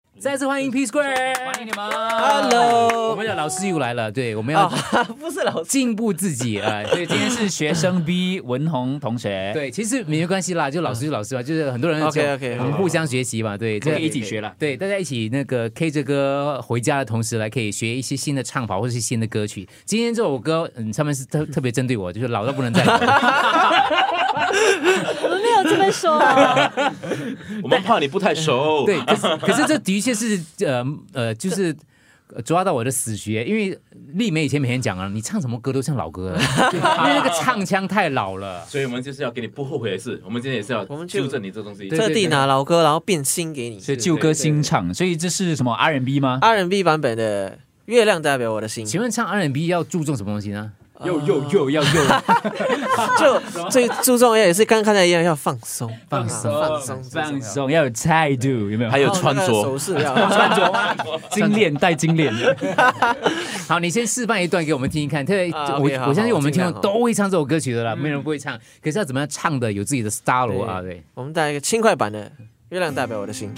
嗯再次欢迎 P Square，欢迎你们。我们的老师又来了，对，我们啊要，不是老师，进步自己 啊。所以今天是学生 B 文宏同学，，对，其实没有关系啦，就老师就老师吧，就是很多人 OK，OK，我们好互相学习嘛，对，这可以一起学了对，大家一起那个 K 着歌回家的同时，来可以学一些新的唱法或者是新的歌曲。今天这首歌，嗯，他们是特特别针对我，就是老到不能再老 了。我们没有这么说、啊， 我们怕你不太熟。对，可是可是这的确是呃呃，就是。呃抓到我的死穴，因为丽梅以前每天讲啊，你唱什么歌都像老歌了， 因为那个唱腔太老了。所以我们就是要给你不后悔的事，我们今天也是要我们就纠正你这东西。对特地拿老歌然后变新给你所以旧歌新唱，所以这是什么 R&B 吗？ ，R&B 版本的《月亮代表我的心》，请问唱 R&B 要注重什么东西呢？又又又要 又就最注重也是跟刚才一样要放松，放松啊放松，放松，要有态度，有没有？还有然后穿那个着手势要精炼，带精炼。好，你先示范一段给我们听一看。特别，啊我 OK，好我相信好我们听尽量众好都会唱这首歌曲的啦，没人不会唱。可是要怎么样唱的有自己的 style 啊？对，我们带一个轻快版的《月亮代表我的心》，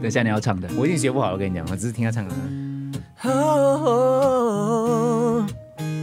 等一下你要唱的，我已经学不好了，我跟你讲，我只是听他唱的。哦，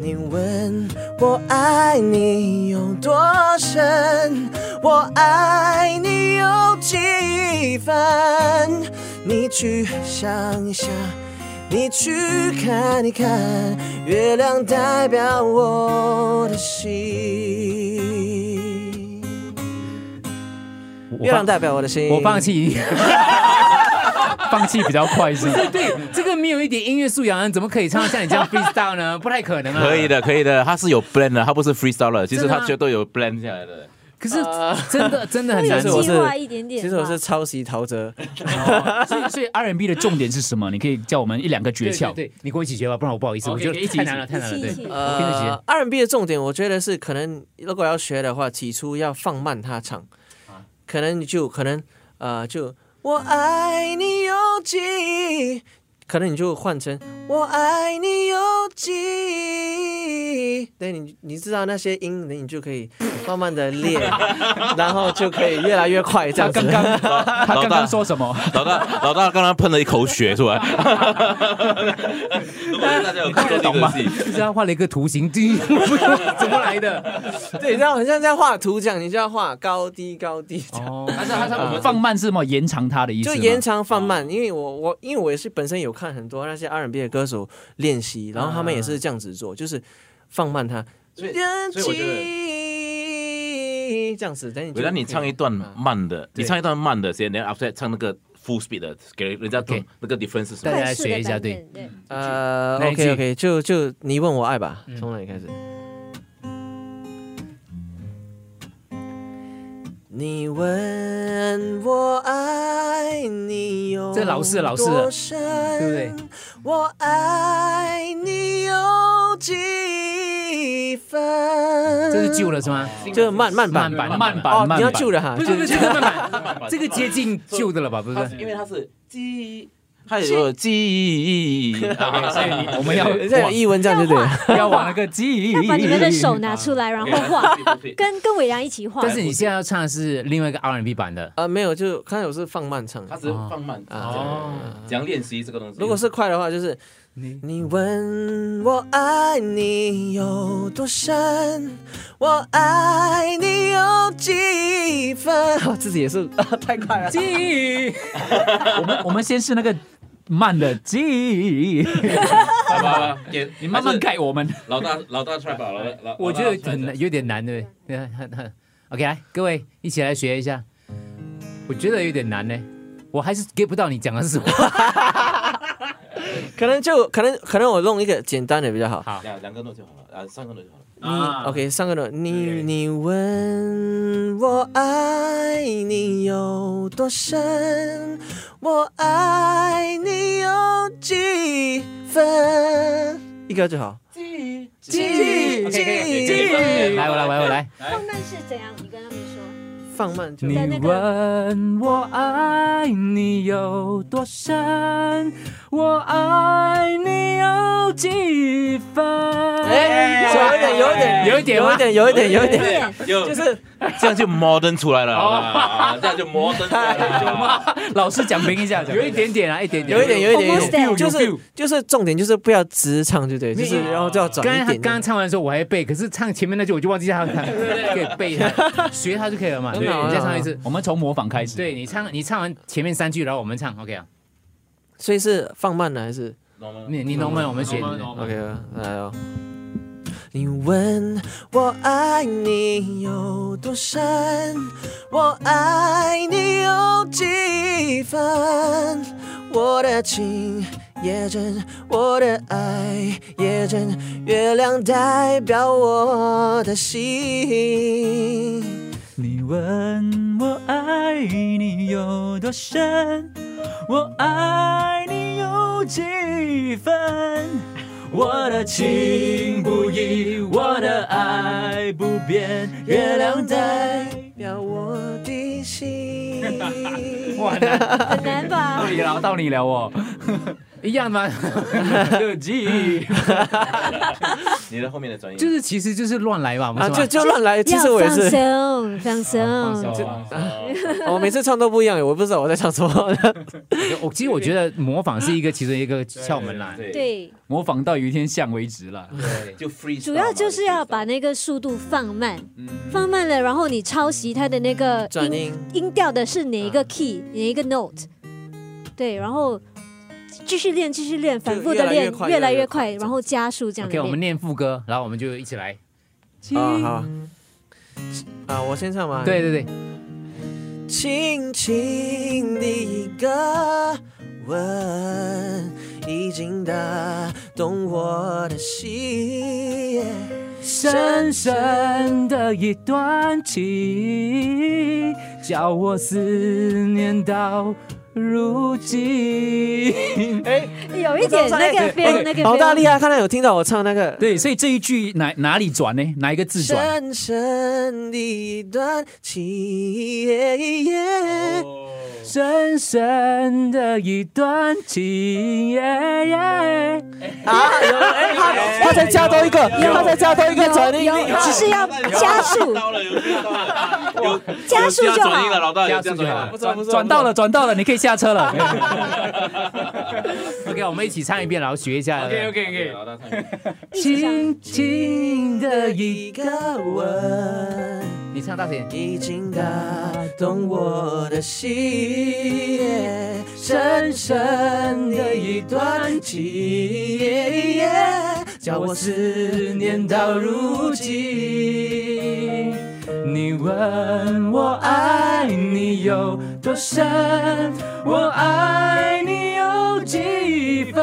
你问我爱你有多深，我爱你有几分？你去想一想，你去看一看，月亮代表我的心。我月亮放代表我的心。我放。弃， 放弃比较快是吗？对，这个没有一点音乐素养的啊人怎么可以唱得像你这样 freestyle 呢？不太可能啊。可以。的，可以的，他是有 blend 的，他不是 freestyle 的，其实真的他吗就都有 blend 下来的。可是真的真的很有难其实我做是计。划一点点吧。其实我是抄袭陶喆，所以所以 R&B 的重点是什么？你可以教我们一两个诀对窍。对，对你跟我一起学吧，不然我不好意思，我 OK，觉一得起太难了，太难了。一起对一起，呃我跟着学。 ，R&B 的重点我觉得是可能，呃如果要学的话，起初要放慢它唱，可能你就可能呃就我爱你有几，可能你就换成我爱你有几，对你你知道那些音，你就可以慢慢的练，然后就可以越来越快这他样子刚。刚 他刚老大刚说什么？老大， 老大刚刚喷了一口血出来。 如果大家有看过这个戏，就是他画了一个图形， 对，怎么来的？对，这样很像在画图这样，你就要画高低高低这样。哦，还是还是我们放慢是吗？延长它的意思就吗？延长放慢，因为我我因为我也是本身有看很多那些 R&B 的歌手练习，然后他们也是这样子做，就是放慢它，所以人所以我觉得气这样子，等你就我让你唱一段慢的，你唱一段慢的先，然后 after 唱那个 full speed 的，给人家懂 OK 那个 difference 是什大么家。快来速学的一下版对本对，呃那一嗯句，OK OK，就就你问我爱吧，从哪里开始？你问我爱你有这老式老式多深对不对？我爱你有几分？这是旧了是吗？就是慢慢版慢版慢哦版，，慢你要版旧的哈不，啊是不是，这个 慢慢，版这个接近旧的了 吧？不是它是因为它是记忆，它也有记 忆。所以 你我们要人家有往译文这样就对了。要往那个记忆要把你们的手拿出啊来，然后画，跟跟伟良一起 画但。是你现在要唱的是另外一个 R&B 版 的，啊，没有，就刚才我是放慢唱。它只是放慢哦哦，怎样练习这个东西。如果是快的话，就是你你问我爱你有多深，我爱你有几分？我哦自己也是 太快了。记我们我们先是那个慢的记忆，好吧，给你慢慢看。改我们。老大老大 try 吧，老大 老我觉得很很难，有点难的。对 很很 OK，来，各位一起来学一下。我觉得有点难呢，我还是 get 不到你讲的是什 么。可能就可能可能我弄一个简单的比较好。好两两个 note 就好了，啊，三个 note 就好了。你、啊 OK 上个的你对你问我爱你有多深，我爱你有几分？一个就好。记记记 来我来我来我来。放慢是怎样？你跟他们说，放慢就你在那个问我爱你有多深，我爱你有几分？哎，有一点，有一点，有一点有吗一点，有一点，有一有点，点就就就是是这样就 modern 出来了，好吧啊这样就 modern 出来了。老师讲评一下，有一点点啊，一点点，有一点，有一点，有一 Almost 点， there 就是就是重点就是不要直唱，就对，就是然后就要转刚一刚他点刚刚点。唱完的时候我还背，可是唱前面那句我就忘记他， 可以背一下，学他就可以了嘛。对，很好你再唱一次。我们从模仿开始。对你唱，你唱完前面三句，然后我们唱，OK 啊？所以是放慢呢，还是你你能不能我们学？ OK 啊？来哦。你问我爱你有多深，我爱你有几分？我的情也真，我的爱也真，月亮代表我的心。你问我爱你有多深，我爱你有几分？我的情不移，我的爱不变，月亮代。表我的 心。哇，那很难 吧？你了，到你了哦，一样吗？ 有记忆。你的后面的专业就是其实就是乱来吧，啊，是就吧？就乱来，其实要我也 放是，啊哦松，放放松。松我每次唱都不一样，我不知道我在唱什么。 我哦其实我觉得模仿是一个其中一个窍门啦。对，对，模仿到有一天像为止了。就 free。主要就是要把那个速度放慢，放慢了，然后你抄袭它的那个嗯转音音啊音调的是哪一个 key，、哪一个 note，对，然后继续练，继续练，反复的练，越来越快来越来越越快快，然后加速这样 OK，练。我们念副歌，然后我们就一起来。啊，好。啊，我先唱嘛。对，对对，轻轻的一个吻，已经打动我的心。深深的一段情，叫我思念到如今。哎，有一点那个 feel，那个 feel。老大厉害，看来有听到我唱那个。对，所以这一句哪哪里转呢？哪一个字转？深深的一段情。深深的一段情，耶耶啊，有哎，他他才加多一个，他才加多一个转音，有，只是要 加速，到了，有到了，有加速就转音了，好。老大有加这速样就转好转音了。。啊转到了，转到了，你可以下车了。 OK，我们一起唱一遍，然后学一下。 OK，老大唱一遍。轻轻的一，个吻，你唱大声点。已经打动我的心，深深的一段情，叫我思念到如今。你问我爱你有多深，我爱你有几分？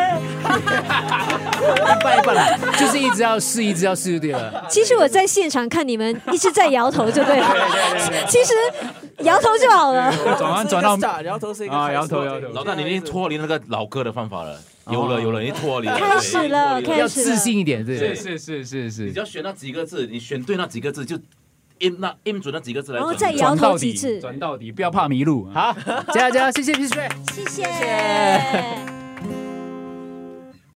半一半了，就是一直要试，一直要试就对 了。其实我在现场看你们一直在摇头就对了，其实摇头就好了。转弯转到摇头是一个啊摇头摇头老大，你已经脱离那个老歌的方法了，有了有了，你脱离了。开始了对开始要自信一点，对不对是是是你只是，要选那几个字，你选对那几个字就 im 那 im 准那几个字来然转后折，再摇转头到几底，次，转到底，不要怕迷路。好，加油加油，谢谢 P 水。谢谢。